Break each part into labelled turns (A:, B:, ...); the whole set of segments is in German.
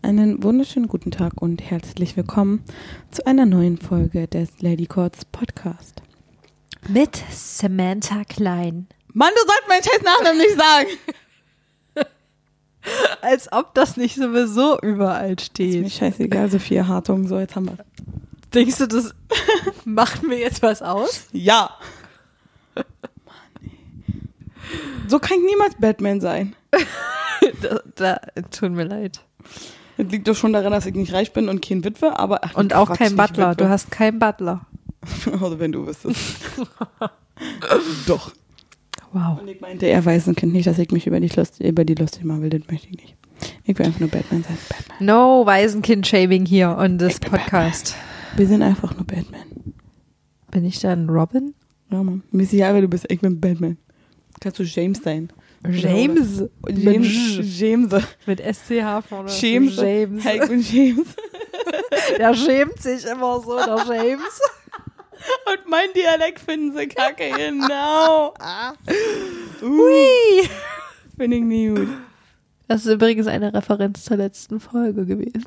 A: Einen wunderschönen guten Tag und herzlich willkommen zu einer neuen Folge des Lady Courts Podcast.
B: Mit Samantha Klein.
A: Mann, du sollst meinen scheiß Nachnamen nicht sagen.
B: Als ob das nicht sowieso überall
A: Ist mir
B: steht.
A: scheißegal, Sophia Hartung, so jetzt haben wir
B: Denkst du, das macht mir jetzt was aus?
A: Ja. Mann, ey. so kann ich niemals Batman sein.
B: Da, da, tut mir leid.
A: Das liegt doch schon daran, dass ich nicht reich bin und kein Witwe, aber ach,
B: Und auch
A: Quatsch,
B: kein
A: nicht
B: Butler. Du
A: Witwe.
B: hast keinen Butler.
A: also wenn du wüsstest. doch.
B: Wow.
A: Und ich meinte, er weiß und kennt nicht, dass ich mich über die Lust, über die lustig machen will. Das möchte ich nicht. Ich will einfach nur Batman sein. Batman.
B: No Waisenkind-Shaming hier und das
A: Ich bin
B: Podcast.
A: Wir sind einfach nur Batman.
B: Bin ich dann Robin?
A: Ja, Mann. Mir ist egal, wer du bist. Ich bin Batman. Kannst du James sein?
B: James. Mit,
A: James. James.
B: mit SCH vorne.
A: James.
B: James.
A: Ja, ich bin James.
B: Der schämt sich immer so, der James.
A: Und mein Dialekt finden sie kacke. Genau. Uh,
B: Hui.
A: Finde ich nie gut.
C: Das ist übrigens eine Referenz zur letzten Folge gewesen.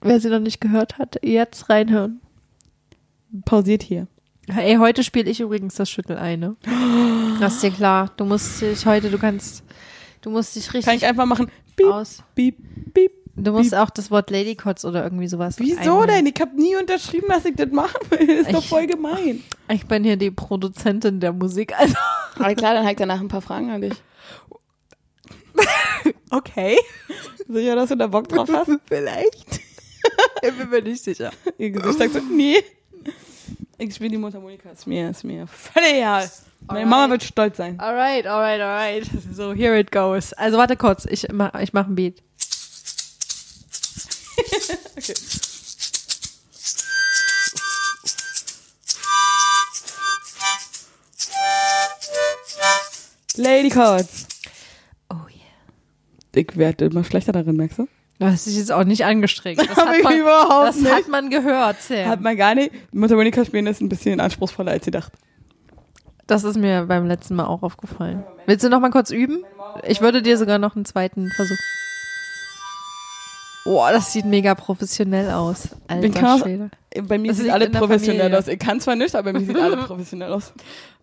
C: Wer sie noch nicht gehört hat, jetzt reinhören.
A: Pausiert hier.
B: Ey, heute spiele ich übrigens das Schüttel ein, ne? Das ist dir klar. Du musst dich heute, du kannst, du musst dich
A: Kann ich
B: richtig
A: einfach machen. Piep,
B: aus.
A: piep, piep.
B: Du musst auch das Wort Ladycots oder irgendwie sowas.
A: Wieso
B: einholen.
A: denn? Ich habe nie unterschrieben, dass ich das machen will. Ist doch
B: Ich-
A: voll gemein.
B: Ich bin hier die Produzentin der Musik. Also.
A: Aber klar, dann habe ich danach ein paar Fragen an dich.
B: Okay.
A: Sicher, dass du da Bock drauf hast?
B: Vielleicht. ich bin mir nicht sicher.
A: Ihr Gesicht sagt so, nee. Ich spiele die Mundharmonika. Ist mir, ist mir völlig egal. Meine
B: Alright.
A: Mama wird stolz sein.
B: Alright, alright, alright. So, here it goes. Also warte kurz, ich mach, ich mach ein Beat.
A: Lady Cards.
B: Oh yeah.
A: Ich werde immer schlechter darin, merkst du?
B: Du hast dich jetzt auch nicht angestrengt. Das
A: Hab
B: hat
A: ich
B: man,
A: überhaupt
B: das
A: nicht.
B: hat man gehört, Sam.
A: Hat man gar nicht. Mundharmonika spielen ist ein bisschen anspruchsvoller, als ich dachte.
B: Das ist mir beim letzten Mal auch aufgefallen. Willst du noch mal kurz üben? Ich würde dir sogar noch einen zweiten Versuch. Boah, das sieht mega professionell aus.
A: Bin
B: Alter
A: krass.
B: Schwede.
A: Bei mir
B: Das
A: sieht
B: liegt
A: alle
B: in der
A: professionell
B: Familie.
A: aus. Ich kann zwar nicht, aber mir sieht alle professionell aus.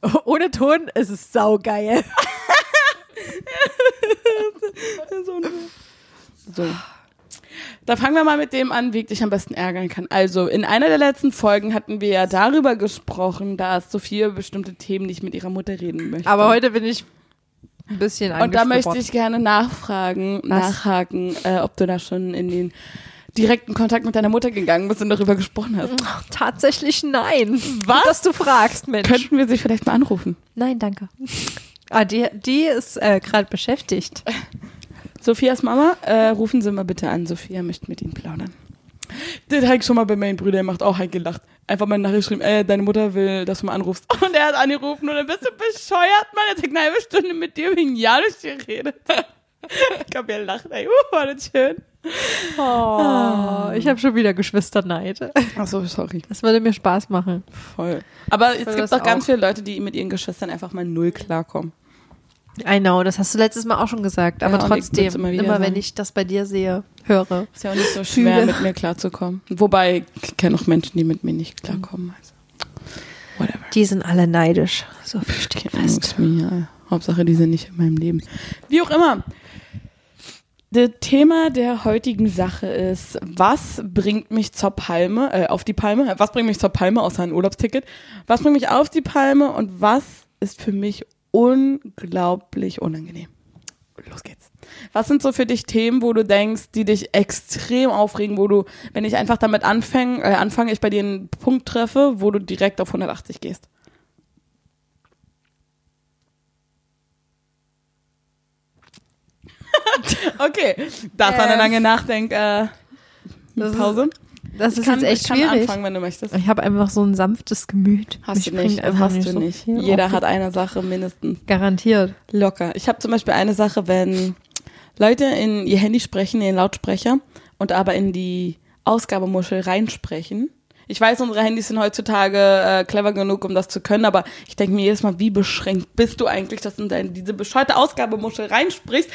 B: Ohne Ton ist es saugeil.
A: So. ne? so. Da fangen wir mal mit dem an, wie ich dich am besten ärgern kann. Also, in einer der letzten Folgen hatten wir ja darüber gesprochen, dass Sophia bestimmte Themen nicht mit ihrer Mutter reden möchte.
B: Aber heute bin ich ein bisschen
A: Und da möchte
B: angeschnuppert.
A: ich gerne nachfragen, nachhaken, äh, ob du da schon in den direkten Kontakt mit deiner Mutter gegangen bist und darüber gesprochen
B: Mhm.
A: hast.
B: Oh, Tatsächlich nein.
A: Was?
B: Gut, Dass du fragst, Mensch.
A: Könnten wir sie vielleicht mal anrufen?
B: nein, danke. Ah, die, die ist äh, gerade beschäftigt.
A: Sophias Mama, äh, rufen Sie mal bitte an. Sophia möchte mit Ihnen plaudern. Das habe ich schon mal bei meinen Brüdern gemacht, auch halt gelacht. Einfach mal nachgeschrieben, äh, deine Mutter will, dass du mal anrufst. Und er hat angerufen und dann bist du bescheuert, Mann. Jetzt hab ich eine halbe Stunde mit dir wegen Janusz geredet. Ich hab ja gelacht, ey, uh, war das schön.
B: Oh, ich habe schon wieder Geschwisterneid.
A: Achso, sorry.
B: Das würde mir Spaß machen.
A: Voll. Aber es
B: Voll
A: gibt
B: das
A: auch ganz
B: auch.
A: viele Leute, die mit ihren Geschwistern einfach mal null klarkommen.
B: I know, das hast du letztes Mal auch schon gesagt, aber
A: Ja, und ich würd's
B: trotzdem,
A: immer
B: immer,
A: wieder sagen.
B: wenn ich das bei dir sehe, höre.
A: Ist ja auch nicht so schwer,
B: Fühle.
A: mit mir klarzukommen. Wobei, ich kenne auch Menschen, die mit mir nicht klarkommen. Also, whatever.
B: Die sind alle neidisch. So viel steht fest.
A: Ist mir egal. Hauptsache, die sind nicht in meinem Leben. Wie auch immer. Das Thema der heutigen Sache ist, was bringt mich zur Palme, äh, auf die Palme, was bringt mich zur Palme, außer ein Urlaubsticket, was bringt mich auf die Palme und was ist für mich unglaublich unangenehm. Los geht's. Was sind so für dich Themen, wo du denkst, die dich extrem aufregen, wo du, wenn ich einfach damit anfange, äh, anfange, ich bei dir einen Punkt treffe, wo du direkt auf 180 gehst? okay, das war eine
B: Ähm.
A: lange Nachdenk. Äh,
B: Das ist-
A: Pause.
B: Das ist jetzt echt
A: ich kann
B: schwierig.
A: anfangen, wenn du möchtest.
B: Ich habe einfach so ein sanftes Gemüt.
A: Hast du
B: bringt
A: nicht,
B: einfach
A: hast du
B: so
A: nicht.
B: viel
A: Jeder
B: auf.
A: hat eine Sache mindestens.
B: Garantiert.
A: Locker. Ich habe zum Beispiel eine Sache, wenn Leute in ihr Handy sprechen, in den Lautsprecher und aber in die Ausgabemuschel reinsprechen. Ich weiß, unsere Handys sind heutzutage äh, clever genug, um das zu können, aber ich denke mir jedes Mal, wie beschränkt bist du eigentlich, dass du in dein- diese bescheuerte Ausgabemuschel reinsprichst?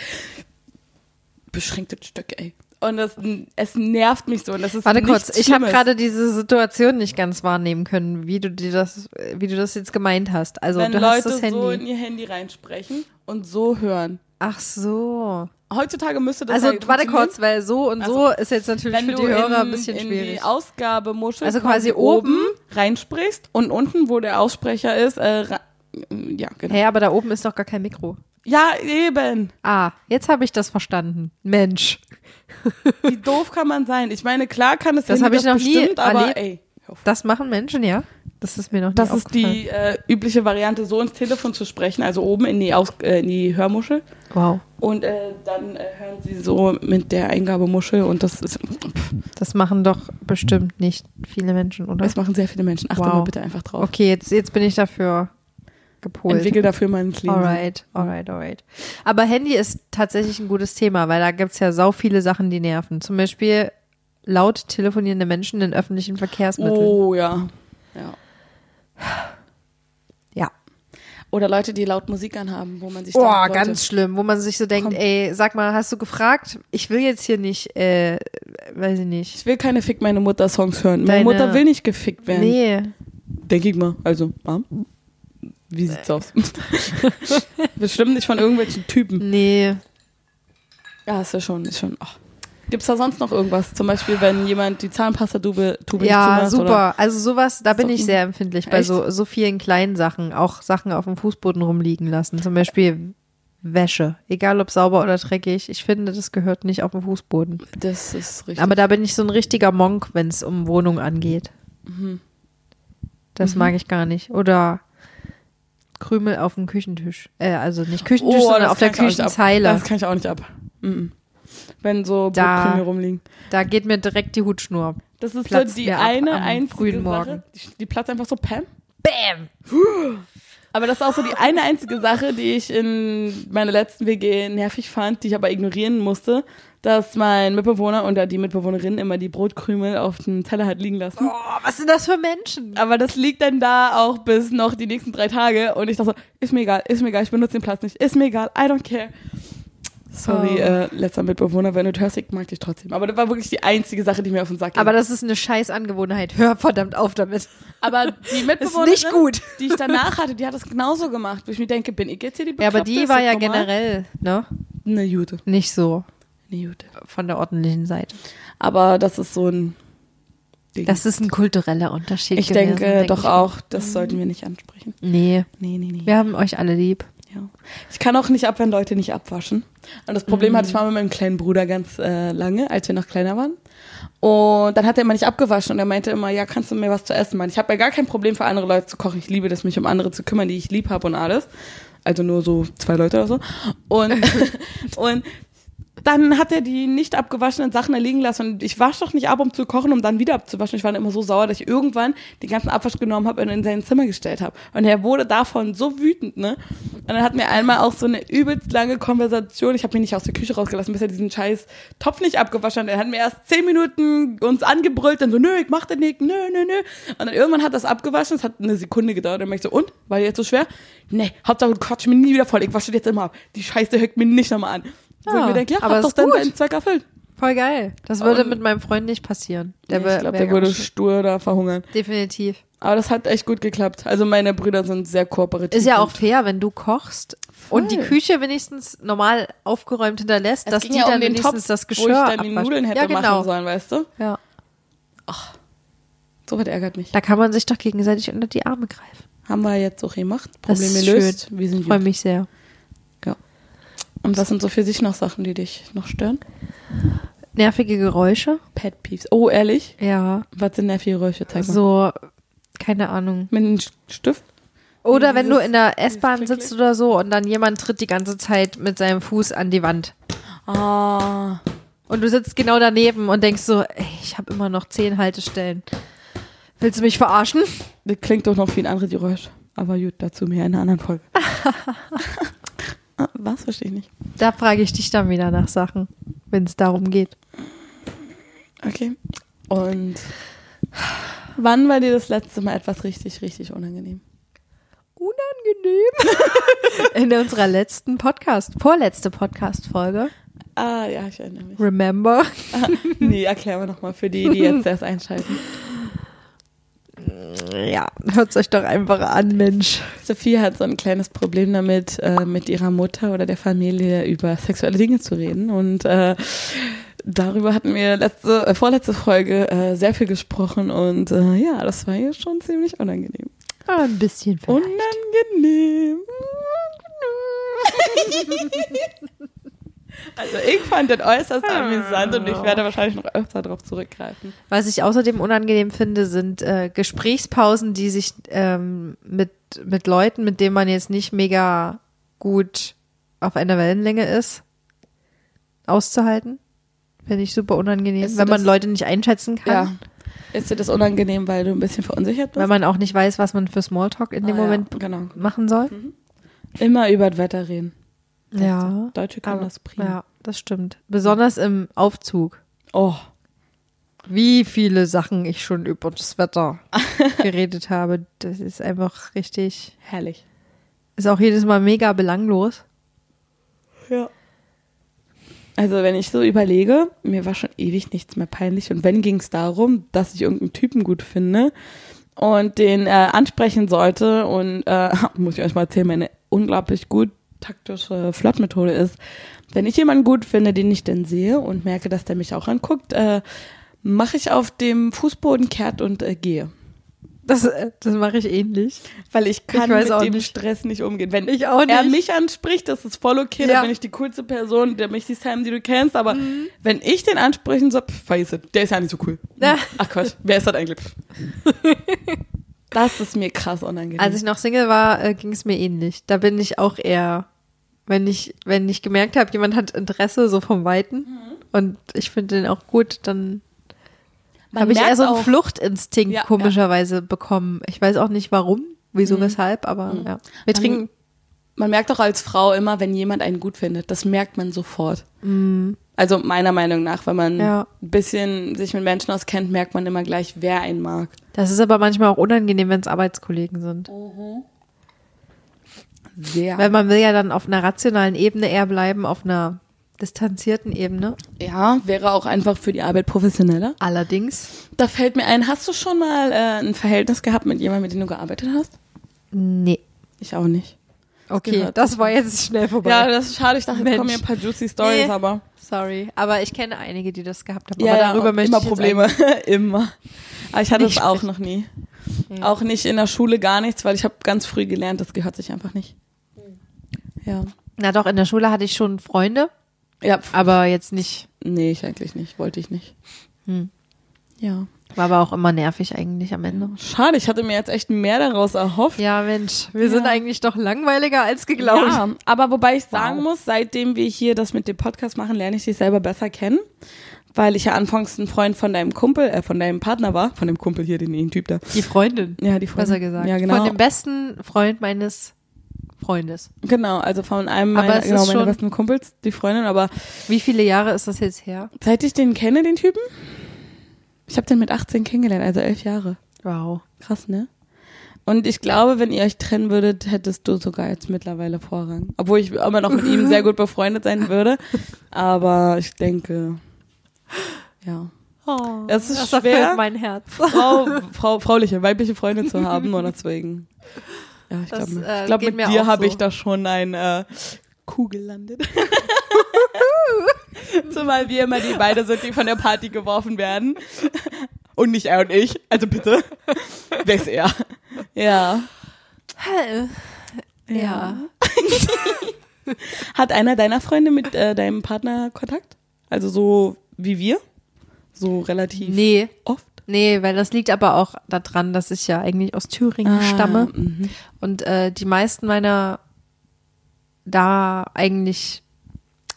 A: Beschränktes Stück, ey. Und das, es nervt mich so. Und das ist
B: Warte
A: nichts
B: kurz, ich habe
A: Schlimmes.
B: gerade diese Situation nicht ganz wahrnehmen können, wie du dir das, wie du das jetzt gemeint hast. Also
A: Wenn
B: du
A: Leute
B: hast das Handy.
A: so in ihr Handy reinsprechen und so hören.
B: Ach so.
A: Heutzutage müsste das
B: Also
A: ja
B: warte
A: funktionieren.
B: kurz, weil so und
A: Ach
B: so ist jetzt natürlich
A: Wenn
B: für
A: du
B: die Hörer
A: in,
B: ein bisschen
A: in
B: schwierig.
A: die Ausgabemuschel
B: Also quasi
A: reinsprichst und unten, wo der Aussprecher ist, äh, ra- ja, genau.
B: Hä, aber da oben ist doch gar kein Mikro.
A: Ja, eben.
B: Ah, jetzt habe ich das verstanden. Mensch.
A: Wie doof kann man sein? Ich meine, klar kann es
B: Das
A: Handy
B: habe ich noch nie
A: bestimmt, aber
B: erlebt.
A: ey, hör auf.
B: Das machen Menschen, ja? Das ist mir noch nie
A: das ist
B: aufgefallen.
A: die äh, übliche Variante, so ins Telefon zu sprechen, also oben in die, Aus äh, in die Hörmuschel.
B: Wow.
A: Und äh, dann äh, hören sie so mit der Eingabemuschel und das ist, pff,
B: Das machen doch bestimmt nicht viele Menschen, oder?
A: das machen sehr viele Menschen. Achte
B: Wow.
A: mal bitte einfach drauf.
B: Okay, jetzt, jetzt bin ich dafür gepolt.
A: Entwickel dafür mal einen Cleaner.
B: Alright, alright, alright. Aber Handy ist tatsächlich ein gutes Thema, weil da gibt's ja sau viele Sachen, die nerven. Zum Beispiel laut telefonierende Menschen in öffentlichen Verkehrsmitteln.
A: Oh ja. ja.
B: Ja.
A: Oder Leute, die laut Musik anhaben, wo man sich
B: Boah,
A: denkt, Leute,
B: ganz schlimm, wo man sich so denkt,
A: Komm.
B: ey, sag mal, hast du gefragt? Ich will jetzt hier nicht, äh, weiß ich nicht.
A: Ich will keine Fick meine Mutter Songs hören. Meine
B: Deine-
A: Mutter will nicht gefickt werden.
B: Nee.
A: Denke ich mal. Also, Mom, wie sieht's aus? Bestimmt nicht von irgendwelchen Typen.
B: Nee.
A: Ja, ist ja schon, ist schon. ach. Gibt's da sonst noch irgendwas? Zum Beispiel, wenn jemand die Zahnpasta-Tube Tube nicht
B: Ja,
A: zumacht, Oder?
B: super. Also sowas, da bin
A: So,
B: ich sehr empfindlich bei
A: echt?
B: so, so vielen kleinen Sachen. Auch Sachen auf dem Fußboden rumliegen lassen. Zum Beispiel Wäsche. Egal ob sauber oder dreckig. Ich finde, das gehört nicht auf dem Fußboden.
A: Das ist richtig.
B: Aber da bin ich so ein richtiger Monk, wenn es um Wohnung angeht.
A: Mhm.
B: Das mag ich gar nicht. Oder Krümel auf dem Küchentisch. Äh, also nicht Küchentisch, sondern
A: Oh, das
B: auf der
A: kann ich auch nicht ab.
B: Küchenzeile.
A: Das kann ich auch nicht ab. Mhm. Wenn so
B: Da-
A: Brotkrümel rumliegen.
B: Da geht mir direkt die Hutschnur.
A: Das ist
B: platzt
A: so die
B: mir ab
A: eine
B: am
A: einzige Sache.
B: frühen Morgen.
A: Die, die platzt einfach so Pam.
B: Bäm!
A: Aber das ist auch so die eine einzige Sache, die ich in meiner letzten WG nervig fand, die ich aber ignorieren musste, dass mein Mitbewohner oder die Mitbewohnerin immer die Brotkrümel auf dem Teller hat liegen lassen.
B: Oh, was sind das für Menschen?
A: Aber das liegt dann da auch bis noch die nächsten drei Tage und ich dachte so, ist mir egal, ist mir egal, ich benutze den Platz nicht, ist mir egal, I don't care. Sorry,
B: Oh.
A: äh, letzter Mitbewohner, wenn du das hörst, ich mag dich trotzdem. Aber das war wirklich die einzige Sache, die mir auf den Sack ging.
B: Aber das ist eine scheiß Angewohnheit. Hör verdammt auf damit.
A: aber die Mitbewohnerin,
B: nicht gut.
A: die ich danach hatte, die hat das genauso gemacht, wo ich mir denke, bin ich jetzt hier die
B: Ja, aber
A: Bekloppte?
B: die
A: Ist
B: war
A: das
B: ja
A: normal?
B: generell, ne?
A: Eine Jute,
B: Nicht so
A: eine Jute.
B: von der ordentlichen Seite.
A: Aber das ist so ein Ding.
B: Das ist ein kultureller Unterschied.
A: ich
B: gewesen,
A: denke doch
B: ich.
A: auch, das sollten wir nicht ansprechen.
B: Nee,
A: Nee, nee, nee.
B: wir haben euch alle lieb.
A: Ja. Ich kann auch nicht ab, wenn Leute nicht abwaschen. Und das Problem hatte ich mal mit meinem kleinen Bruder ganz äh, lange, als wir noch kleiner waren. Und dann hat er immer nicht abgewaschen und er meinte immer, ja, kannst du mir was zu essen machen? Ich habe ja gar kein Problem für andere Leute zu kochen. Ich liebe das, mich um andere zu kümmern, die ich lieb habe und alles. Also nur so zwei Leute oder so. Und, und dann hat er die nicht abgewaschenen Sachen da liegen lassen. Und ich wasche doch nicht ab, um zu kochen, um dann wieder abzuwaschen. Ich war dann immer so sauer, dass ich irgendwann den ganzen Abwasch genommen habe und in sein Zimmer gestellt habe. Und er wurde davon so wütend, ne? Und dann hatten wir einmal auch so eine übelst lange Konversation. Ich habe ihn nicht aus der Küche rausgelassen, bis er diesen scheiß Topf nicht abgewaschen hat. Er hat mir erst zehn Minuten uns angebrüllt, dann so, nö, ich mach das nicht, nö, nö, nö. Und dann irgendwann hat er es abgewaschen. Es hat eine Sekunde gedauert. Und ich so, und? War dir jetzt so schwer? Nee, Hauptsache du quatsch mir nie wieder voll. Ich wasche das jetzt immer ab. Die Scheiße hört mir nicht nochmal an. Wo ich
B: Ja,
A: mir denke, ja,
B: Ah, aber
A: hat doch
B: ist
A: dann
B: gut.
A: seinen Zweck erfüllt.
B: Voll geil. Das würde
A: Und-
B: mit meinem Freund nicht passieren. Der,
A: Nee,
B: wär-
A: ich glaube,
B: wär
A: der würde
B: ganz schlimm.
A: stur da verhungern.
B: Definitiv.
A: Aber das hat echt gut geklappt. Also meine Brüder sind sehr kooperativ.
B: Ist ja auch
A: und-
B: fair, wenn du kochst und die Küche wenigstens normal aufgeräumt hinterlässt,
A: Es
B: dass
A: ging
B: die
A: ja um
B: dann
A: den Topf,
B: wenigstens das
A: Wo
B: Geschirr
A: ich dann die
B: abwaschen.
A: Nudeln hätte
B: ja, genau.
A: machen sollen, weißt du?
B: Ja.
A: So was ärgert mich.
B: Da kann man sich doch gegenseitig unter die Arme greifen.
A: Haben wir jetzt auch gemacht.
B: Das ist
A: Probleme löst. Wir sind
B: Freue
A: gut.
B: mich sehr.
A: Und was sind so für sich noch Sachen, die dich noch stören?
B: Nervige Geräusche.
A: Pet Peeves. Oh, ehrlich?
B: Ja.
A: Was sind nervige Geräusche? Zeig mal.
B: So, keine Ahnung.
A: Mit einem Stift?
B: Oder wenn
A: dieses-
B: du in der S-Bahn
A: Klick-Klick.
B: sitzt oder so und dann jemand tritt die ganze Zeit mit seinem Fuß an die Wand.
A: Ah.
B: Und du sitzt genau daneben und denkst so, ey, ich habe immer noch zehn Haltestellen. Willst du mich verarschen?
A: Das klingt doch noch wie ein anderes Geräusch. Aber gut, dazu mehr in einer anderen Folge. Ah, was? Verstehe ich nicht.
B: Da frage ich dich dann wieder nach Sachen, wenn es darum geht.
A: Okay. Und wann war dir das letzte Mal etwas richtig, richtig unangenehm?
B: unangenehm. In unserer letzten Podcast, vorletzte Podcast-Folge,
A: Ah, ja, ich erinnere mich.
B: remember,
A: Ah, Nee, erklären wir nochmal für die, die jetzt erst einschalten.
B: ja, hört's euch doch einfach an, Mensch.
A: Sophie hat so ein kleines Problem damit, äh, mit ihrer Mutter oder der Familie über sexuelle Dinge zu reden. Und äh, darüber hatten wir letzte, äh, vorletzte Folge äh, sehr viel gesprochen. Und äh, ja, das war ihr schon ziemlich unangenehm.
B: Aber ein bisschen vielleicht.
A: Unangenehm. Also ich fand das äußerst amüsant und ich werde wahrscheinlich noch öfter darauf zurückgreifen.
B: Was ich außerdem unangenehm finde, sind äh, Gesprächspausen, die sich ähm, mit, mit Leuten, mit denen man jetzt nicht mega gut auf einer Wellenlänge ist, auszuhalten. Finde ich super unangenehm.
A: Ist so
B: wenn man
A: das-
B: Leute nicht einschätzen kann,
A: Ja. Ist dir das unangenehm, weil du ein bisschen verunsichert bist?
B: wenn man auch nicht weiß, was man für Smalltalk in dem
A: Ah, ja,
B: Moment
A: Genau.
B: machen soll.
A: Immer über das Wetter reden.
B: Ja.
A: Deutsche können
B: Aber-
A: das prima.
B: ja, das stimmt. Besonders im Aufzug.
A: Oh,
B: Wie viele Sachen ich schon über das Wetter geredet habe. Das ist einfach richtig.
A: herrlich.
B: Ist auch jedes Mal mega belanglos.
A: Ja. Also wenn ich so überlege, mir war schon ewig nichts mehr peinlich. Und wenn ging es darum, dass ich irgendeinen Typen gut finde und den äh, ansprechen sollte und äh, muss ich euch mal erzählen, meine unglaublich gut taktische Flirtmethode ist, wenn ich jemanden gut finde, den ich denn sehe und merke, dass der mich auch anguckt, äh, mache ich auf dem Fußboden kehrt und äh, gehe.
B: Das, äh, das mache ich ähnlich.
A: Weil ich kann
B: weiß auch
A: mit dem
B: nicht.
A: Stress nicht umgehen. Wenn
B: Ich auch
A: er
B: nicht.
A: mich anspricht, das ist voll okay, da
B: Ja.
A: bin ich die coolste Person, der mich die Sam, die du kennst, aber wenn ich den ansprechen soll, pff, vergiss es, der ist ja nicht so cool.
B: Ja.
A: Ach Quatsch, wer ist das eigentlich? Pff. das ist mir krass unangenehm.
B: Als ich noch Single war, äh, ging es mir ähnlich. Da bin ich auch eher, wenn ich, wenn ich gemerkt habe, jemand hat Interesse so vom Weiten
A: Mhm.
B: und ich finde den auch gut, dann
A: Man
B: habe ich eher
A: merkt
B: so einen
A: auch-
B: Fluchtinstinkt
A: Ja, ja.
B: komischerweise bekommen. Ich weiß auch nicht warum, wieso, weshalb, aber ja. Wir
A: Mhm. Man-
B: trinken,
A: Man merkt auch als Frau immer, wenn jemand einen gut findet, das merkt man sofort. Also meiner Meinung nach, wenn man
B: Mhm. Ja.
A: ein bisschen sich mit Menschen auskennt, merkt man immer gleich, wer einen mag.
B: das ist aber manchmal auch unangenehm, wenn es Arbeitskollegen sind.
A: Oh. Sehr.
B: Weil man will ja dann auf einer rationalen Ebene eher bleiben, auf einer distanzierten Ebene.
A: Ja, wäre auch einfach für die Arbeit professioneller.
B: Allerdings
A: Da fällt mir ein, hast du schon mal äh, ein Verhältnis gehabt mit jemandem, mit dem du gearbeitet hast?
B: Nee.
A: Ich auch nicht.
B: Okay,
A: gehört
B: das war jetzt schnell vorbei.
A: Ja, das ist schade. Ich dachte, jetzt
B: Mensch.
A: kommen hier ein paar juicy Stories,
B: Nee.
A: aber.
B: Sorry, aber ich kenne einige, die das gehabt haben.
A: Ja,
B: aber
A: ja,
B: darüber möchte
A: immer
B: ich jetzt
A: Probleme. immer. Aber ich hatte
B: Nicht
A: es auch noch nie. Auch nicht in der Schule gar nichts, weil ich habe ganz früh gelernt, das gehört sich einfach nicht. Hm. Ja.
B: eigentlich- Na doch, in der Schule hatte ich schon Freunde,
A: Ja, pf,
B: aber jetzt nicht.
A: nee, ich eigentlich nicht. Wollte ich nicht.
B: Hm.
A: Ja.
B: War aber auch immer nervig eigentlich am Ende.
A: Schade, ich hatte mir jetzt echt mehr daraus erhofft.
B: Ja, Mensch, wir sind eigentlich doch langweiliger als geglaubt.
A: Ja, aber wobei ich sagen
B: Wow.
A: muss, seitdem wir hier das mit dem Podcast machen, lerne ich dich selber besser kennen. Weil ich ja anfangs ein Freund von deinem Kumpel, äh, von deinem Partner war, von dem Kumpel hier, den, den Typ da.
B: Die Freundin,
A: Ja, die Freundin.
B: besser gesagt.
A: Ja, genau.
B: Von dem besten Freund meines Freundes.
A: genau, also von einem
B: Aber
A: meiner,
B: es ist
A: genau, meiner
B: schon-
A: besten Kumpels, die Freundin. Aber
B: Wie viele Jahre ist das jetzt her?
A: seit ich den kenne, den Typen, ich habe den mit 18 kennengelernt, also elf Jahre.
B: Wow.
A: Krass, ne? Und ich glaube, wenn ihr euch trennen würdet, hättest du sogar jetzt mittlerweile Vorrang. Obwohl ich immer noch mit ihm sehr gut befreundet sein würde. Aber ich denke, ja.
B: Oh,
A: Das ist
B: das
A: schwer.
B: erfüllt mein Herz.
A: Frau, Frau, frauliche, weibliche Freunde zu haben und deswegen. Ja, ich
B: Das,
A: glaube,
B: äh,
A: glaub,
B: geht
A: mit
B: mir
A: dir
B: auch
A: habe
B: so.
A: ich da schon ein äh, Kuh gelandet. Zumal wir immer die beide sind, die von der Party geworfen werden. Und nicht er und ich. Also bitte. Wer ist er? Ja.
B: Ja.
A: Hat einer deiner Freunde mit äh, deinem Partner Kontakt? Also so wie wir? So relativ
B: Nee,
A: oft?
B: Nee, weil das liegt aber auch daran, dass ich ja eigentlich aus Thüringen stamme
A: Mhm.
B: und äh, die meisten meiner da eigentlich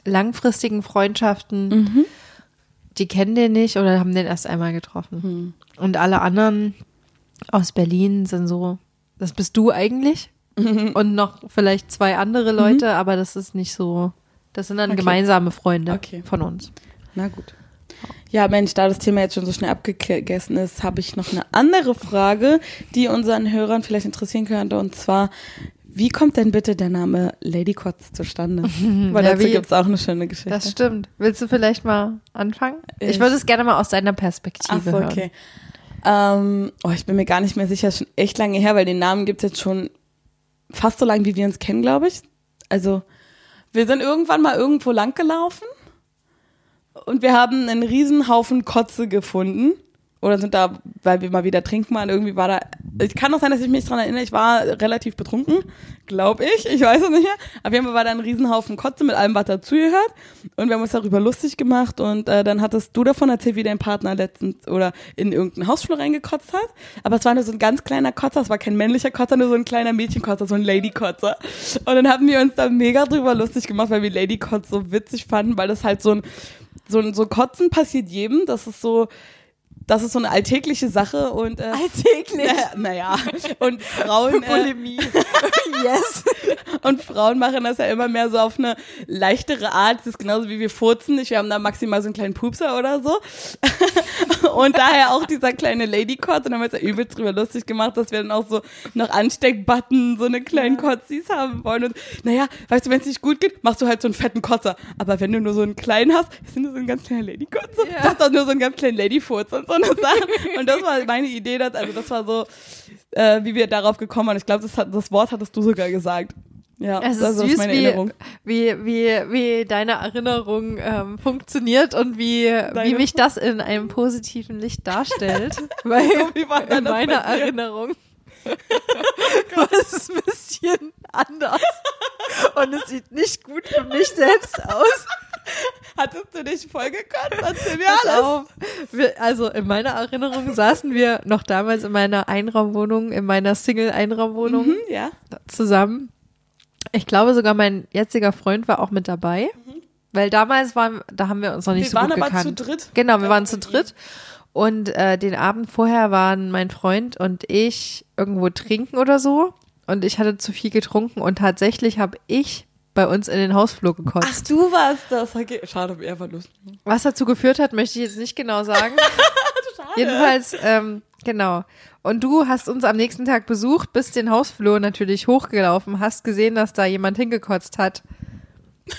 B: langfristigen Freundschaften,
A: Mhm.
B: die kennen den nicht oder haben den erst einmal
A: Hm.
B: getroffen. Und alle anderen aus Berlin sind so, das bist du eigentlich
A: Mhm.
B: und noch vielleicht zwei andere Leute, aber das ist nicht so, das sind dann
A: Okay.
B: gemeinsame Freunde
A: Okay.
B: von uns.
A: Na gut. Ja, Mensch, da das Thema jetzt schon so schnell abgegessen ist, habe ich noch eine andere Frage, die unseren Hörern vielleicht interessieren könnte. Und zwar, Wie kommt denn bitte der Name Lady Kotz zustande? Weil
B: Ja,
A: dazu
B: wie-
A: gibt es auch eine schöne Geschichte.
B: Das stimmt. Willst du vielleicht mal anfangen? Ich,
A: Äh, Ich-
B: würde es gerne mal aus deiner Perspektive
A: Ach so,
B: hören.
A: okay. Ähm, oh, ich bin mir gar nicht mehr sicher, schon echt lange her, weil den Namen gibt es jetzt schon fast so lange, wie wir uns kennen, glaube ich. Also, wir sind irgendwann mal irgendwo lang gelaufen und wir haben einen riesen Haufen Kotze gefunden. Oder sind da, weil wir mal wieder trinken waren, irgendwie war da, ich kann auch sein, dass ich mich dran erinnere, ich war relativ betrunken, glaube ich, ich weiß es nicht mehr. Auf jeden Fall war da ein Riesenhaufen Kotze mit allem, was dazugehört. Und wir haben uns darüber lustig gemacht und äh, dann hattest du davon erzählt, wie dein Partner letztens oder in irgendeinen Hausflur reingekotzt hat. Aber es war nur so ein ganz kleiner Kotzer, es war kein männlicher Kotzer, nur so ein kleiner Mädchenkotzer, so ein Ladykotzer. Und dann haben wir uns da mega drüber lustig gemacht, weil wir Ladykotz so witzig fanden, weil das halt so ein, so ein, so Kotzen passiert jedem, das ist so, das ist so eine alltägliche Sache und, äh,
B: Alltäglich.
A: naja, naja, und Frauen, äh,
B: yes.
A: und Frauen machen das ja immer mehr so auf eine leichtere Art. Das ist genauso wie wir furzen nicht. Wir haben da maximal so einen kleinen Pupser oder so. und daher auch dieser kleine Lady-Kotz. Und haben wir uns ja übelst drüber lustig gemacht, dass wir dann auch so noch Ansteckbutton, so eine kleinen Kotzis haben wollen. Und naja, weißt du, wenn es nicht gut geht, machst du halt so einen fetten Kotzer. Aber wenn du nur so einen kleinen hast, ist nur so ein ganz kleiner Lady-Kotzer.
B: Ja.
A: Das ist doch nur so ein ganz kleiner Lady-Furz und so eine Sache. und das war meine Idee. Dass, also das war so, äh, wie wir darauf gekommen waren. Ich glaube, das, hat- das Wort hattest du sogar gesagt. Ja,
B: Es ist
A: also das
B: süß,
A: ist meine
B: wie,
A: Erinnerung.
B: wie, wie, wie deine Erinnerung ähm, funktioniert und wie, wie
A: Deine-
B: mich das in einem positiven Licht darstellt. weil
A: Wie war
B: in
A: denn das
B: meiner
A: bei dir?
B: Erinnerung war es ein bisschen anders. Und es sieht nicht gut für mich selbst aus.
A: Hattest du dich vollgekannt? Erzähl mir
B: Pass
A: alles.
B: auf. Wir, also in meiner Erinnerung saßen wir noch damals in meiner Einraumwohnung, in meiner Single-Einraumwohnung
A: Mhm, ja.
B: zusammen. Ich glaube sogar mein jetziger Freund war auch mit dabei, weil damals waren, da haben wir uns noch
A: Mhm.
B: nicht
A: Wir
B: so
A: waren
B: gut
A: aber
B: gekannt.
A: zu dritt.
B: Genau, wir
A: Ja,
B: waren zu
A: irgendwie.
B: dritt. Und äh, den Abend vorher waren mein Freund und ich irgendwo trinken oder so. Und ich hatte zu viel getrunken und tatsächlich habe ich bei uns in den Hausflur gekotzt.
A: Ach, du warst das. Okay. Schade, er war los.
B: Was dazu geführt hat, möchte ich jetzt nicht genau sagen. Jedenfalls, ähm, genau. Und du hast uns am nächsten Tag besucht, bist den Hausflur natürlich hochgelaufen, hast gesehen, dass da jemand hingekotzt hat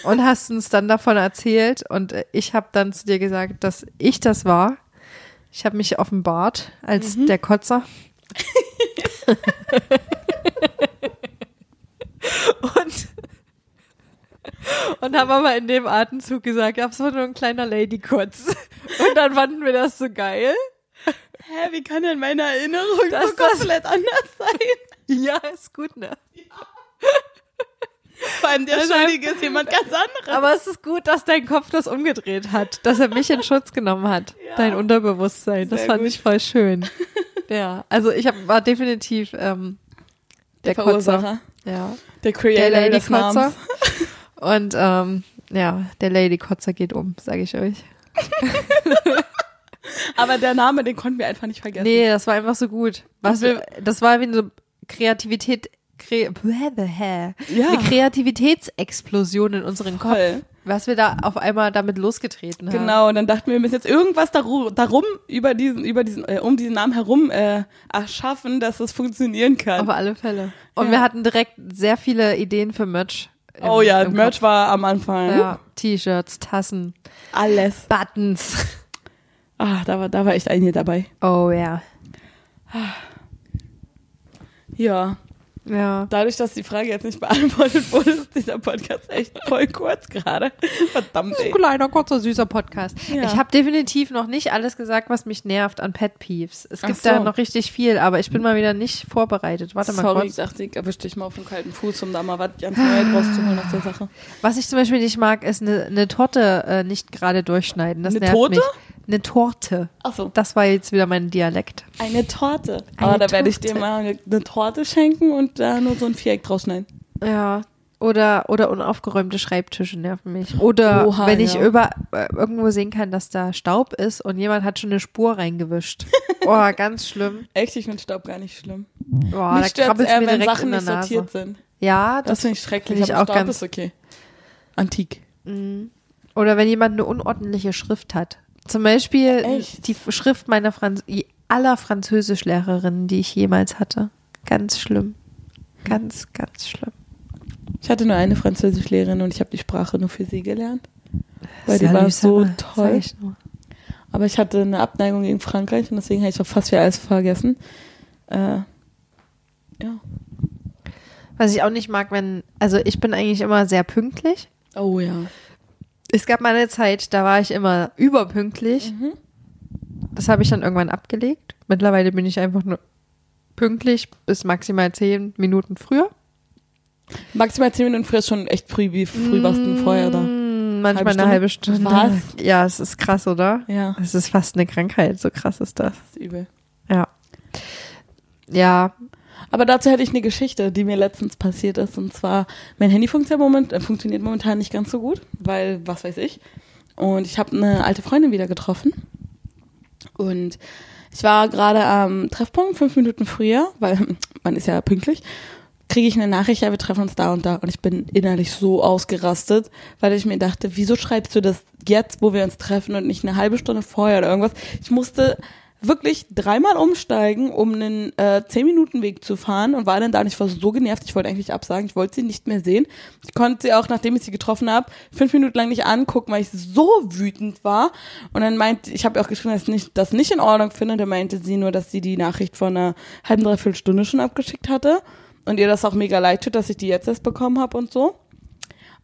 B: und hast uns dann davon erzählt. Und äh, ich habe dann zu dir gesagt, dass ich das war. Ich habe mich offenbart als der Kotzer. und und haben aber in dem Atemzug gesagt, ja, es war nur ein kleiner Lady-Kotz. Und dann fanden wir das so geil.
A: Hä, wie kann denn meine Erinnerung
B: Das-
A: so komplett anders sein?
B: Ja, ist gut, ne?
A: Vor allem der Schuldige ist jemand ganz anderes.
B: Aber es ist gut, dass dein Kopf das umgedreht hat, dass er mich in Schutz genommen hat. Dein Unterbewusstsein. Das
A: Sehr
B: fand
A: gut.
B: ich voll schön. Ja, also ich hab, war definitiv ähm, der, Kotzer.
A: Der
B: Ja, der
A: Creator
B: Lady
A: des
B: Kotzer.
A: Namens.
B: Und ähm, ja, der Lady Kotzer geht um, sage ich euch.
A: Aber der Name, den konnten wir einfach nicht vergessen.
B: Nee, das war einfach so gut. Was
A: Und wir-
B: wir, das war wie so Kreativität, kre, ja.
A: Ja.
B: eine Kreativitätsexplosion in unserem Kopf.
A: Voll.
B: Was wir da auf einmal damit losgetreten haben.
A: Genau, und dann dachten wir, wir müssen jetzt irgendwas daru- darum, über diesen, über diesen, äh, um diesen Namen herum äh, erschaffen, dass es funktionieren kann.
B: Auf alle Fälle. Und
A: Ja.
B: wir hatten direkt sehr viele Ideen für Merch. im-
A: oh ja,
B: im
A: Merch war am Anfang.
B: Kopf. Ja, T-Shirts, Tassen,
A: Alles.
B: Buttons.
A: Ah, da war, da war echt einige dabei.
B: Oh ja.
A: Ja.
B: Ja.
A: Dadurch, dass die Frage jetzt nicht beantwortet wurde, ist dieser Podcast echt voll kurz gerade. Verdammt,
B: Ein
A: ey.
B: kleiner, kurzer, süßer Podcast.
A: Ja.
B: Ich habe definitiv noch nicht alles gesagt, was mich nervt an Pet Peeves. Es
A: Ach
B: gibt da
A: so.
B: noch richtig viel, aber ich bin mal wieder nicht vorbereitet. Warte mal
A: Sorry,
B: kurz.
A: dachte ich, erwischte dich mal auf den kalten Fuß, um da mal was ganz Neues rauszuholen aus der Sache.
B: Was ich zum Beispiel nicht mag, ist eine ne Torte äh, nicht gerade durchschneiden. Das
A: Eine
B: nervt
A: Tote?
B: mich. Eine Torte.
A: Ach so.
B: Das war jetzt wieder mein Dialekt.
A: Eine Torte.
B: Eine
A: Aber da werde ich
B: Torte.
A: dir mal eine, eine Torte schenken und da nur so ein Viereck draus schneiden.
B: Ja. Oder, oder unaufgeräumte Schreibtische nerven mich. Oder
A: Oha,
B: wenn ich
A: ja.
B: über, äh, irgendwo sehen kann, dass da Staub ist und jemand hat schon eine Spur reingewischt. Oh, ganz schlimm.
A: Echt, ich finde Staub gar nicht schlimm.
B: Boah,
A: Mich
B: da
A: stört
B: krabbelt
A: eher,
B: mir
A: wenn
B: direkt
A: Sachen
B: in der
A: nicht
B: Nase.
A: sortiert sind.
B: Ja,
A: Das
B: das,
A: finde ich schrecklich,
B: Finde ich
A: aber
B: auch
A: Staub
B: ganz-
A: ist okay. Antik.
B: mm. oder wenn jemand eine unordentliche Schrift hat. Zum Beispiel
A: Echt?
B: die Schrift meiner Franz aller Französischlehrerinnen, die ich jemals hatte. Ganz schlimm. Ganz, ganz schlimm.
A: Ich hatte nur eine Französischlehrerin und ich habe die Sprache nur für sie gelernt. Weil die
B: Salut,
A: war so
B: Sarah, sag
A: toll.
B: ich nur.
A: Aber ich hatte eine Abneigung gegen Frankreich und deswegen habe ich auch fast wieder alles vergessen. Äh, ja.
B: Was ich auch nicht mag, wenn, also ich bin eigentlich immer sehr pünktlich.
A: Oh ja.
B: Es gab mal eine Zeit, da war ich immer überpünktlich.
A: Mhm.
B: Das habe ich dann irgendwann abgelegt. Mittlerweile bin ich einfach nur pünktlich bis maximal zehn Minuten früher.
A: Maximal 10 Minuten früher ist schon echt früh, wie früh warst du vorher da.
B: Mm, Manchmal
A: Halbe
B: eine halbe Stunde.
A: Was?
B: Ja, es ist krass, oder?
A: Ja,
B: Es ist fast eine Krankheit, so krass ist das.
A: das ist übel.
B: Ja. Ja,
A: Aber dazu hätte ich eine Geschichte, die mir letztens passiert ist. Und zwar, mein Handy funktioniert, moment, äh, funktioniert momentan nicht ganz so gut, weil, was weiß ich. Und ich habe eine alte Freundin wieder getroffen. Und ich war gerade am Treffpunkt, fünf Minuten früher, weil man ist ja pünktlich, kriege ich eine Nachricht, ja, wir treffen uns da und da. Und ich bin innerlich so ausgerastet, weil ich mir dachte, wieso schreibst du das jetzt, wo wir uns treffen und nicht eine halbe Stunde vorher oder irgendwas? Ich musste wirklich dreimal umsteigen, um einen äh, 10-Minuten-Weg zu fahren und war dann da und ich war so genervt, ich wollte eigentlich absagen, ich wollte sie nicht mehr sehen. Ich konnte sie auch, nachdem ich sie getroffen habe, fünf Minuten lang nicht angucken, weil ich so wütend war. Und dann meinte, ich habe auch geschrieben, dass ich nicht, das nicht in Ordnung finde, dann meinte sie nur, dass sie die Nachricht vor einer halben, dreiviertel Stunde schon abgeschickt hatte und ihr das auch mega leid tut, dass ich die jetzt erst bekommen habe und so.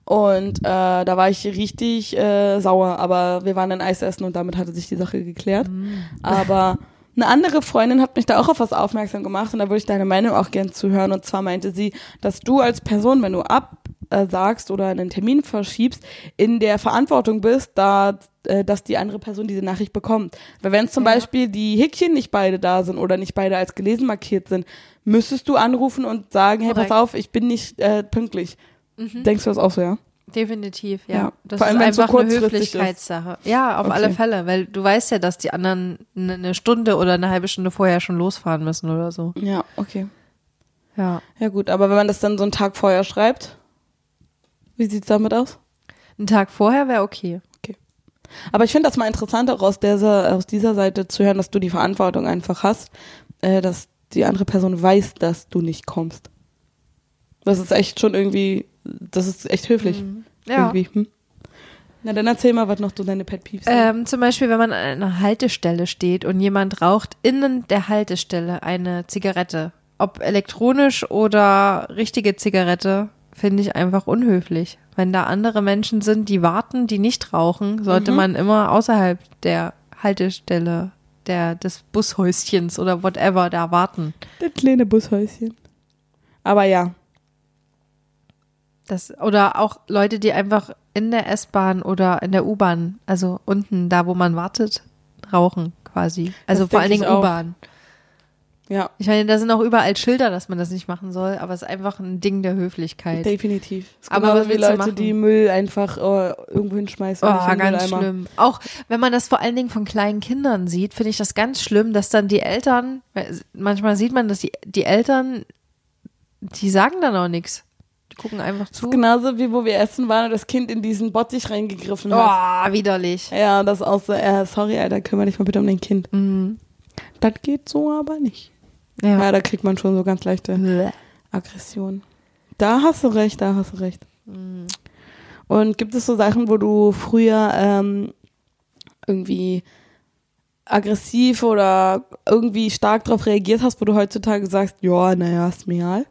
A: Und äh, da war ich richtig äh, sauer, aber wir waren dann Eis essen und damit hatte sich die Sache geklärt.
B: Mm.
A: Aber eine andere Freundin hat mich da auch auf was aufmerksam gemacht und da würde ich deine Meinung auch gern zuhören. Und zwar meinte sie, dass du als Person, wenn du absagst oder einen Termin verschiebst, in der Verantwortung bist, da, äh, dass die andere Person diese Nachricht bekommt. Weil wenn zum
B: Ja.
A: Beispiel die Häkchen nicht beide da sind oder nicht beide als gelesen markiert sind, müsstest du anrufen und sagen, hey, pass
B: Korrekt. Mhm.
A: auf, ich bin nicht äh, pünktlich. Denkst du das auch so, ja?
B: Definitiv, ja.
A: Ja,
B: Das
A: vor allem,
B: ist
A: wenn's so
B: einfach eine
A: kurzfristig ist.
B: Höflichkeitssache. Ja, auf
A: Okay.
B: alle Fälle, weil du weißt ja, dass die anderen ne- eine Stunde oder eine halbe Stunde vorher schon losfahren müssen oder so.
A: Ja, okay.
B: Ja.
A: Ja gut, aber wenn man das dann so einen Tag vorher schreibt, wie sieht's damit aus?
B: Ein Tag vorher wäre okay.
A: Aber ich finde das mal interessant, auch aus dieser, aus dieser Seite zu hören, dass du die Verantwortung einfach hast, äh, dass die andere Person weiß, dass du nicht kommst. Das ist echt schon irgendwie, das ist echt höflich.
B: Mhm. Ja.
A: Irgendwie. Hm? Na dann erzähl mal, was noch so deine Pet Peeves sind.
B: Ähm, zum Beispiel, wenn man an einer Haltestelle steht und jemand raucht innen der Haltestelle eine Zigarette. Ob elektronisch oder richtige Zigarette, finde ich einfach unhöflich. Wenn da andere Menschen sind, die warten, die nicht rauchen, sollte
A: Mhm.
B: man immer außerhalb der Haltestelle, der, des Bushäuschens oder whatever da warten.
A: Das kleine Bushäuschen. Aber ja,
B: Das, oder auch Leute, die einfach in der S-Bahn oder in der U-Bahn, also unten, da wo man wartet, rauchen quasi. Also
A: Das
B: vor
A: denk
B: allen
A: ich
B: Dingen
A: auch.
B: U-Bahn.
A: ja,
B: Ich meine, da sind auch überall Schilder, dass man das nicht machen soll, aber es ist einfach ein Ding der Höflichkeit.
A: definitiv. Ist
B: Aber
A: genauso
B: was
A: wie
B: willst du
A: Leute,
B: machen?
A: die Müll einfach äh, irgendwo hinschmeißen.
B: Oh,
A: nicht in den
B: ganz
A: Mülleimer.
B: schlimm. Auch wenn man das vor allen Dingen von kleinen Kindern sieht, finde ich das ganz schlimm, dass dann die Eltern, weil manchmal sieht man, dass die, die Eltern, die sagen dann auch nichts. Die gucken einfach zu.
A: Genauso wie wo wir essen waren und das Kind in diesen Bottich reingegriffen hat.
B: Oh, widerlich.
A: Ja, das auch so, äh, sorry, Alter, kümmere dich mal bitte um dein Kind.
B: Mhm.
A: Das geht so aber nicht. Ja.
B: Ja.
A: da kriegt man schon so ganz leichte
B: Bleh.
A: Aggression. Da hast du recht, da hast du recht.
B: Mhm.
A: Und gibt es so Sachen, wo du früher ähm, irgendwie aggressiv oder irgendwie stark darauf reagiert hast, wo du heutzutage sagst, ja, naja, ist mir egal.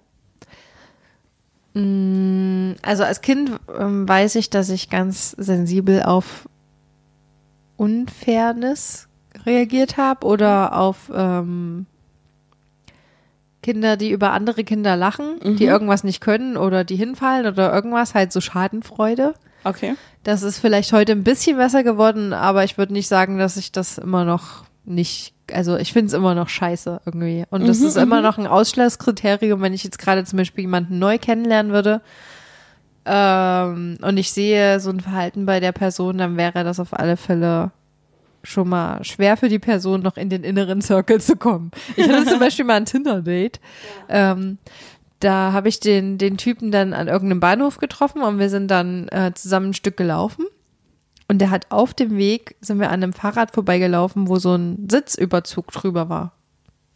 B: Mm, Also als Kind ähm, weiß ich, dass ich ganz sensibel auf Unfairness reagiert habe oder auf ähm, Kinder, die über andere Kinder lachen, die irgendwas nicht können oder die hinfallen oder irgendwas, halt so Schadenfreude.
A: Okay.
B: Das ist vielleicht heute ein bisschen besser geworden, aber ich würde nicht sagen, dass ich das immer noch nicht, also ich finde es immer noch scheiße irgendwie. Und das
A: Mhm,
B: ist immer noch ein Ausschlusskriterium, wenn ich jetzt gerade zum Beispiel jemanden neu kennenlernen würde ähm, und ich sehe so ein Verhalten bei der Person, dann wäre das auf alle Fälle schon mal schwer für die Person, noch in den inneren Circle zu kommen. Ich hatte zum Beispiel mal ein Tinder-Date. Ähm, da habe ich den, den Typen dann an irgendeinem Bahnhof getroffen und wir sind dann äh, zusammen ein Stück gelaufen. Und der hat auf dem Weg, sind wir an einem Fahrrad vorbeigelaufen, wo so ein Sitzüberzug drüber war.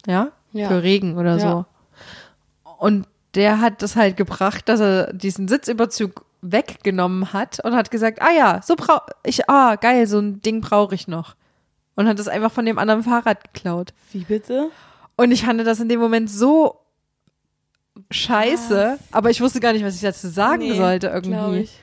B: Ja?
A: Ja.
B: Für Regen oder
A: Ja.
B: so. Und der hat das halt gebracht, dass er diesen Sitzüberzug weggenommen hat und hat gesagt, ah ja, so brauch ich, ah geil, so ein Ding brauche ich noch. Und hat das einfach von dem anderen Fahrrad geklaut.
A: Wie bitte?
B: Und ich fand das in dem Moment so scheiße, aber ich wusste gar nicht, was ich dazu sagen
A: Nee,
B: sollte
A: Glaub
B: irgendwie.
A: ich.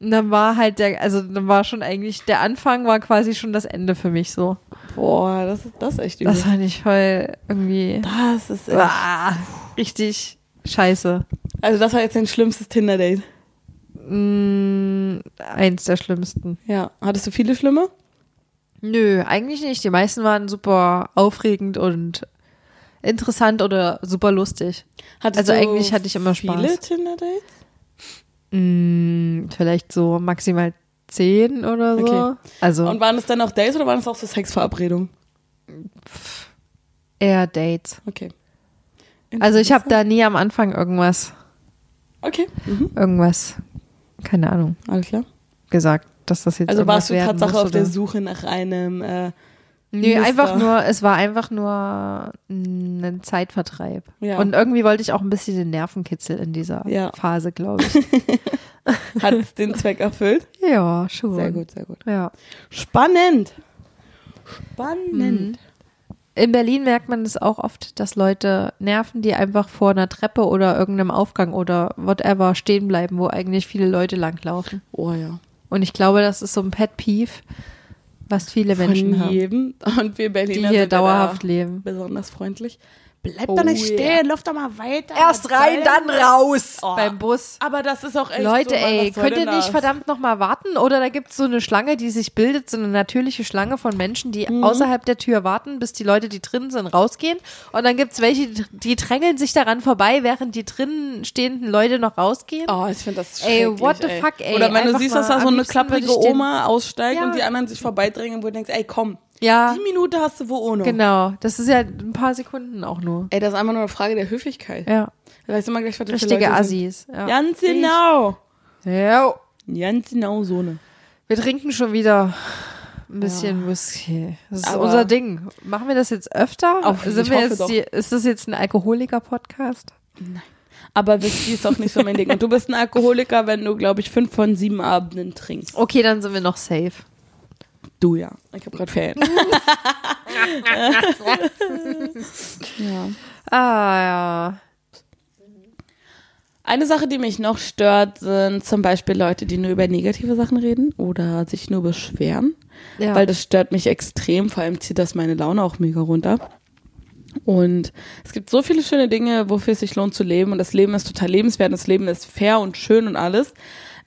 B: Und dann war halt der, also dann war schon eigentlich, der Anfang war quasi schon das Ende für mich so.
A: Boah, das ist das ist echt übel.
B: Das fand ich voll irgendwie
A: Das ist echt.
B: ah, richtig scheiße.
A: Also das war jetzt dein schlimmstes Tinder-Date.
B: Mm, eins der schlimmsten.
A: Ja. Hattest du viele schlimme?
B: Nö, eigentlich nicht. Die meisten waren super aufregend und interessant oder super lustig.
A: Hattest
B: Also
A: du
B: eigentlich hatte ich immer
A: Viele
B: Spaß.
A: Tinder-Dates?
B: Mm, vielleicht so maximal zehn oder so.
A: Okay. Und
B: Also
A: waren es dann auch Dates oder waren es auch so Sexverabredungen?
B: eher Dates.
A: Okay.
B: Also ich habe da nie am Anfang irgendwas,
A: Okay. Mhm.
B: irgendwas, keine Ahnung,
A: Alles klar.
B: gesagt, dass das jetzt
A: Also
B: irgendwas
A: warst du
B: werden
A: Tatsache
B: muss
A: auf der
B: oder-
A: Suche nach einem äh,
B: Nee,
A: Muster.
B: einfach nur, es war einfach nur mm, ein Zeitvertreib.
A: Ja.
B: Und irgendwie wollte ich auch ein bisschen den Nervenkitzel in dieser
A: Ja.
B: Phase, glaube ich.
A: Hat es den Zweck erfüllt?
B: ja, schon.
A: Sehr gut, sehr gut.
B: Ja.
A: Spannend. Spannend.
B: Mhm. In Berlin merkt man es auch oft, dass Leute nerven, die einfach vor einer Treppe oder irgendeinem Aufgang oder whatever stehen bleiben, wo eigentlich viele Leute langlaufen.
A: Oh ja.
B: Und ich glaube, das ist so ein Pet Peeve, was viele Menschen
A: Von
B: haben,
A: jedem. Und wir
B: die
A: Berliner
B: hier
A: sind ja
B: dauerhaft
A: da
B: leben.
A: besonders freundlich. Bleib
B: Oh
A: doch nicht
B: ja.
A: stehen, lauf doch mal weiter. Was soll denn das?
B: raus
A: Oh.
B: beim Bus.
A: Aber das ist auch echt so,
B: Leute,
A: Mann,
B: ey,
A: was soll
B: könnt ihr
A: denn
B: nicht
A: das?
B: verdammt nochmal warten? Oder da gibt's so eine Schlange, die sich bildet, so eine natürliche Schlange von Menschen, die
A: Mhm.
B: außerhalb der Tür warten, bis die Leute, die drin sind, rausgehen. Und dann gibt's welche, die- die drängeln sich daran vorbei, während die drinnen stehenden Leute noch rausgehen.
A: Oh, ich finde das
B: Ey,
A: schrecklich,
B: what the fuck, ey.
A: Oder wenn du
B: Einfach
A: siehst,
B: mal,
A: dass da so
B: am
A: eine
B: liebsten würde
A: klapprige
B: ich den-
A: Oma aussteigt
B: Ja.
A: und die anderen sich vorbeidrängen, wo du denkst, ey, komm,
B: Ja,
A: die Minute hast du wo ohne.
B: genau. Das ist ja ein paar Sekunden auch nur.
A: Ey, das ist einfach nur eine Frage der Höflichkeit.
B: Ja,
A: Da weißt du immer gleich, was das für
B: richtige
A: Leute sind.
B: Assis. Ja.
A: Ganz genau.
B: Ja.
A: Ganz genau so ne.
B: Wir trinken schon wieder ein bisschen Whisky. Das ist
A: Aber-
B: unser Ding. Machen wir das jetzt öfter?
A: Auf- ich
B: Sind wir
A: hoffe
B: jetzt
A: doch.
B: die, ist das jetzt ein Alkoholiker-Podcast?
A: Aber Whisky ist auch nicht so mein Ding. Und du bist ein Alkoholiker, wenn du, glaube ich, fünf von sieben Abenden trinkst.
B: Okay, dann sind wir noch safe.
A: Du ja. Ich habe gerade Ferien. ja.
B: Ah, ja.
A: Eine Sache, die mich noch stört, sind zum Beispiel Leute, die nur über negative Sachen reden oder sich nur beschweren.
B: ja.
A: Weil das stört mich extrem. Vor allem zieht das meine Laune auch mega runter. Und es gibt so viele schöne Dinge, wofür es sich lohnt zu leben. Und das Leben ist total lebenswert. Das Leben ist fair und schön und alles.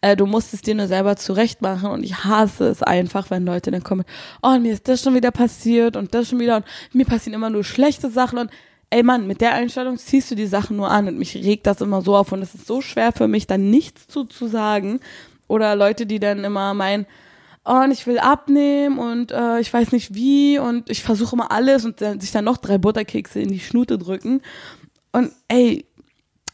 A: Äh, du musst es dir nur selber zurecht machen. Und ich hasse es einfach, wenn Leute dann kommen, oh, mir ist das schon wieder passiert und das schon wieder. Und mir passieren immer nur schlechte Sachen. Und ey Mann, mit der Einstellung ziehst du die Sachen nur an. Und mich regt das immer so auf. Und es ist so schwer für mich, dann nichts zu, zu sagen. Oder Leute, die dann immer meinen, oh, und ich will abnehmen und äh, ich weiß nicht wie und ich versuche immer alles und dann, sich dann noch drei Butterkekse in die Schnute drücken. Und ey,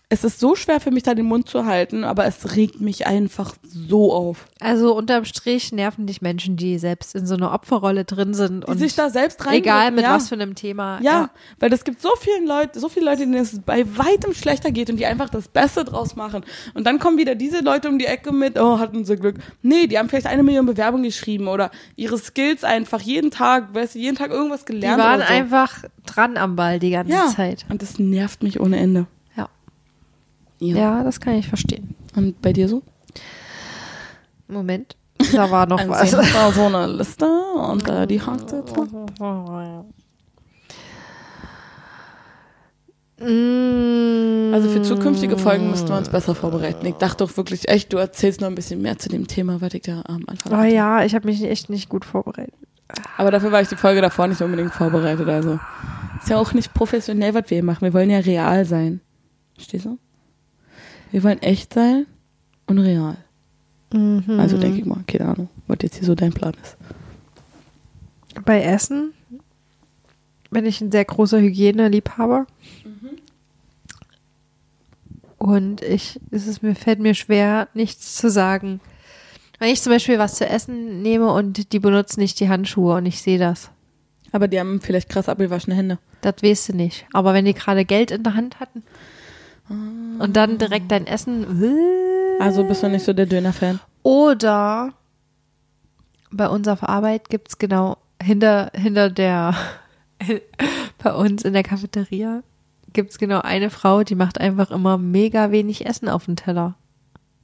A: es ist so schwer für mich, da den Mund zu halten, aber es regt mich einfach so auf.
B: also unterm Strich nerven dich Menschen, die selbst in so einer Opferrolle drin sind
A: Die
B: und
A: sich da selbst rein.
B: egal mit
A: ja.
B: was für einem Thema.
A: Ja, weil es gibt so vielen Leute, so viele Leute, denen es bei weitem schlechter geht und die einfach das Beste draus machen. Und dann kommen wieder diese Leute um die Ecke mit, oh, hatten sie Glück. Nee, die haben vielleicht eine Million Bewerbungen geschrieben oder ihre Skills einfach jeden Tag, weißt du, jeden Tag irgendwas
B: Die
A: gelernt.
B: waren
A: oder so.
B: einfach dran am Ball die ganze Zeit.
A: Und das nervt mich ohne Ende.
B: Ja. ja, das kann ich verstehen.
A: Und bei dir so?
B: Moment, da war noch was.
A: Also, das war so eine Liste und äh, die hakt jetzt. mal. Also
B: Also
A: für zukünftige Folgen müssten wir uns besser vorbereiten. Ich dachte doch wirklich echt, du erzählst noch ein bisschen mehr zu dem Thema, was ich da am Anfang
B: Oh
A: hatte.
B: ja, ich habe mich echt nicht gut vorbereitet.
A: Aber dafür war ich die Folge davor nicht unbedingt vorbereitet. Also ist ja auch nicht professionell, was wir hier machen. Wir wollen ja real sein. Verstehst du? Wir wollen echt sein und real. Also denke ich mal, keine Ahnung, was jetzt hier so dein Plan ist.
B: Bei Essen bin ich ein sehr großer Hygieneliebhaber. Und ich, es ist mir, fällt mir schwer, nichts zu sagen. Wenn ich zum Beispiel was zu essen nehme und die benutzen nicht die Handschuhe und ich sehe das.
A: Aber die haben vielleicht krass abgewaschene Hände.
B: Das weißt du nicht. Aber wenn die gerade Geld in der Hand hatten, Und dann direkt dein äh, Essen.
A: Also bist du nicht so der Döner-Fan?
B: Oder bei uns auf Arbeit gibt's genau hinter, hinter der, bei uns in der Cafeteria gibt's genau eine Frau, die macht einfach immer mega wenig Essen auf den Teller.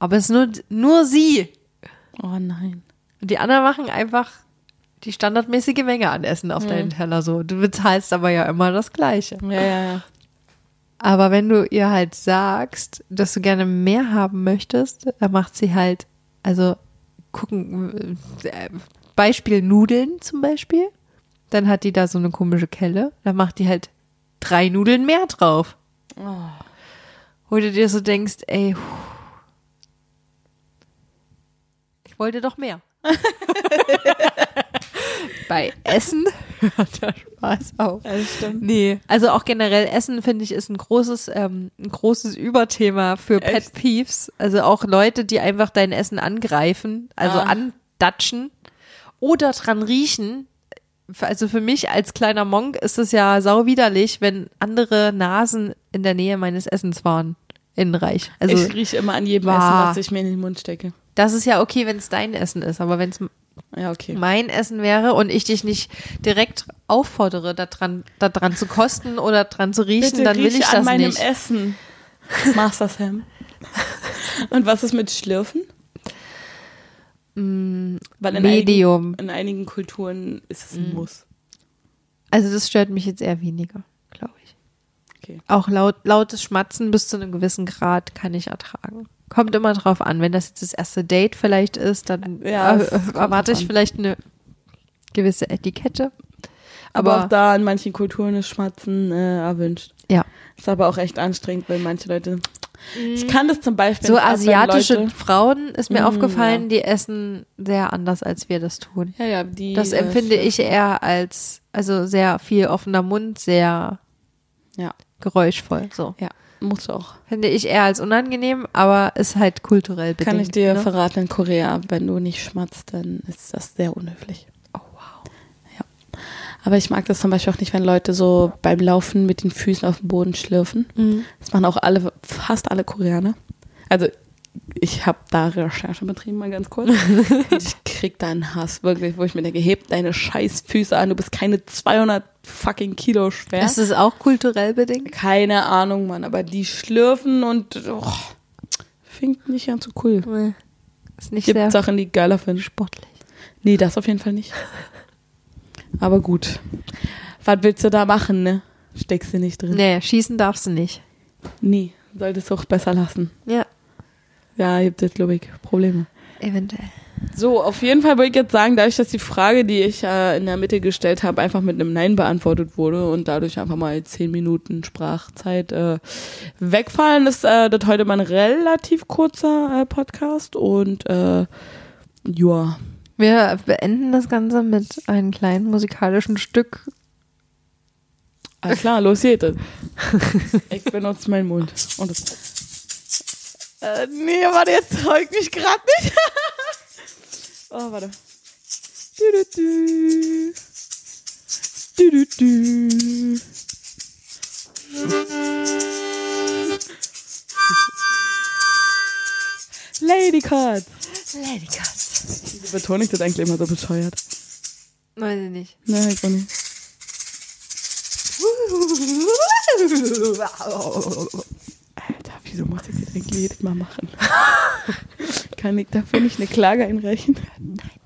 B: Aber es ist nur, nur sie.
A: Oh nein.
B: Und die anderen machen einfach die standardmäßige Menge an Essen auf deinen Teller so. Du bezahlst aber ja immer das Gleiche.
A: Ja, ja, ja.
B: Aber wenn du ihr halt sagst, dass du gerne mehr haben möchtest, dann macht sie halt, also gucken, äh, Beispiel Nudeln zum Beispiel, dann hat die da so eine komische Kelle, dann macht die halt drei Nudeln mehr drauf. Wo du dir so denkst, ey, puh, ich wollte doch mehr. Bei Essen hört der Spaß auf.
A: Das stimmt.
B: Nee, also auch generell Essen finde ich ist ein großes, ähm, ein großes Überthema für
A: Echt?
B: Pet Peeves. Also auch Leute, die einfach dein Essen angreifen, also
A: Ah.
B: andatschen oder dran riechen. Also für mich als kleiner Monk ist es ja sauwiderlich, wenn andere Nasen in der Nähe meines Essens waren. Innenreich. Also
A: ich rieche immer an jedem
B: Wah.
A: Essen, was ich mir in den Mund stecke.
B: das ist ja okay, wenn es dein Essen ist, aber wenn es
A: Ja, okay.
B: mein Essen wäre und ich dich nicht direkt auffordere, daran, daran zu kosten oder dran zu riechen,
A: Bitte
B: dann will
A: riech
B: ich
A: an
B: das
A: meinem
B: nicht.
A: Essen. Master Sam. Und was ist mit Schlürfen? Weil in
B: Mm, Medium.
A: Einigen, in einigen Kulturen ist es ein
B: Mhm.
A: Muss.
B: Also das stört mich jetzt eher weniger, glaube ich.
A: Okay.
B: Auch laut, lautes Schmatzen bis zu einem gewissen Grad kann ich ertragen. Kommt immer drauf an. Wenn das jetzt das erste Date vielleicht ist, dann
A: Ja,
B: äh,
A: es kommt
B: erwarte
A: drauf
B: ich
A: an.
B: vielleicht eine gewisse Etikette.
A: Aber, auch
B: Aber,
A: da in manchen Kulturen ist Schmatzen äh, erwünscht.
B: ja,
A: Ist aber auch echt anstrengend, weil manche Leute. Ich kann das zum Beispiel.
B: Mhm. so
A: nicht ab, wenn
B: asiatische
A: Leute,
B: Frauen ist mir
A: Mm,
B: aufgefallen,
A: ja.
B: die essen sehr anders, als wir das tun.
A: ja, ja, die,
B: Das
A: äh,
B: empfinde ich eher als, also sehr viel offener Mund, sehr
A: Ja.
B: geräuschvoll. So.
A: Ja, muss auch.
B: Finde ich eher als unangenehm, aber ist halt kulturell bedingt.
A: Kann ich dir
B: ne?
A: verraten, in Korea, wenn du nicht schmatzt, dann ist das sehr unhöflich.
B: Oh, wow.
A: Aber ich mag das zum Beispiel auch nicht, wenn Leute so beim Laufen mit den Füßen auf den Boden schlürfen.
B: Hm.
A: Das machen auch alle, fast alle Koreaner. Also ich habe da Recherche betrieben, mal ganz kurz. Und ich krieg da einen Hass, wirklich, wo ich mir denke, heb deine scheiß Füße an, du bist keine 200 fucking Kilo schwer.
B: Ist es auch kulturell bedingt?
A: Keine Ahnung, Mann, aber die schlürfen und oh, fängt nicht an zu cool.
B: Nee. Ist nicht
A: Gibt
B: sehr
A: Sachen, die ich geiler finde.
B: sportlich.
A: Nee, das auf jeden Fall nicht. Aber gut. Was willst du da machen, ne? Steckst du nicht drin.
B: Nee, schießen darfst du nicht.
A: Nee, solltest du auch besser lassen.
B: Ja,
A: Ja, gibt es, glaube ich, Probleme.
B: eventuell.
A: So, auf jeden Fall würde ich jetzt sagen, dadurch, dass die Frage, die ich äh, in der Mitte gestellt habe, einfach mit einem Nein beantwortet wurde und dadurch einfach mal zehn Minuten Sprachzeit äh, wegfallen, ist äh, das heute mal ein relativ kurzer äh, Podcast und äh, ja,
B: Wir beenden das Ganze mit einem kleinen musikalischen Stück.
A: alles klar, los geht's. ich benutze meinen Mund. Und das äh, nee, warte, jetzt heugt mich gerade nicht. oh, warte. Du-du-du. Du-du-du. Lady Cards.
B: Lady Cut.
A: Wieso betone ich das eigentlich immer so bescheuert?
B: Weiß ich nicht.
A: Ne, ich auch nicht. Alter, wieso muss ich das eigentlich jedes Mal machen? Kann ich dafür nicht eine Klage einreichen? Nein.